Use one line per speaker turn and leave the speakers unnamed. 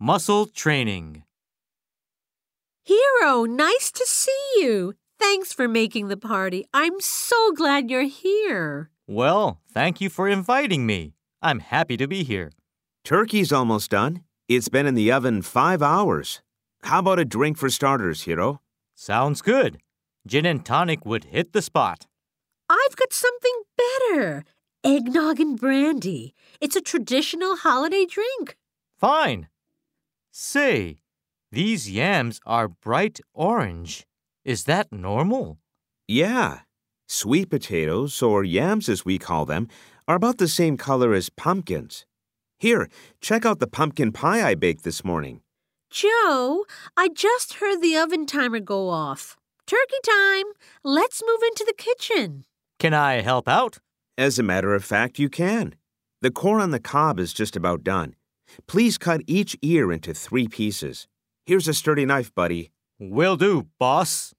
Muscle training.
Hero, nice to see you. Thanks for making the party. I'm so glad you're here.
Well, thank you for inviting me. I'm happy to be here.
Turkey's almost done. It's been in the oven five hours. How about a drink for starters, Hiro?
Sounds good. Gin and tonic would hit the spot.
I've got something better eggnog and brandy. It's a traditional holiday drink.
Fine. Say, these yams are bright orange. Is that normal?
Yeah. Sweet potatoes, or yams as we call them, are about the same color as pumpkins. Here, check out the pumpkin pie I baked this morning.
Joe, I just heard the oven timer go off. Turkey time! Let's move into the kitchen.
Can I help out?
As a matter of fact, you can. The corn on the cob is just about done. Please cut each ear into three pieces. Here's a sturdy knife, buddy.
Will do, boss.